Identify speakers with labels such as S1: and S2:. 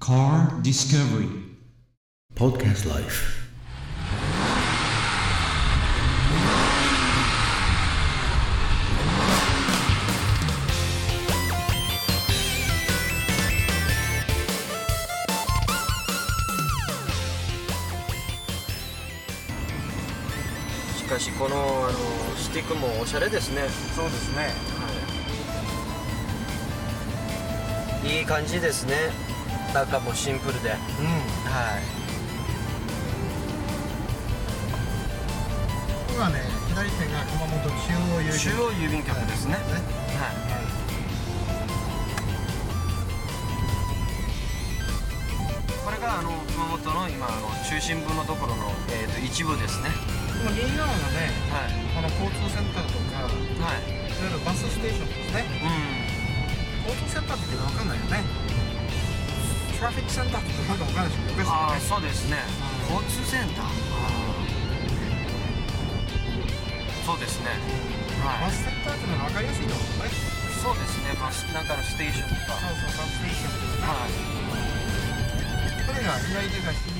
S1: Car Discovery
S2: Podcast Life
S3: しかしこのあのスティックもおしゃれですね、
S4: そうですね
S3: い、い感じですね中もシンプルで、
S4: うん
S3: はい、
S4: 今ね左手が熊本中央郵
S3: 中
S4: 便
S3: 央郵便局ですね、はこれがあの熊本の今あの中心部のところの、えー、と一部ですね
S4: この右側がね
S3: はい
S4: この交通センターとかい
S3: はい
S4: ろいろバスステーションですね
S3: う
S4: 交通センターって言うの分かんないよねトラフィックセンターってなんか分かんないでしょ
S3: んああそうですね
S4: うん
S3: 交通センターそうですねは
S4: バ
S3: い
S4: スセンターってのは分かりやすいと思
S3: そ
S4: うね
S3: うですねバスなんかのステーションとか
S4: そうそうバスステ
S3: はい
S4: ーションこれが左手が左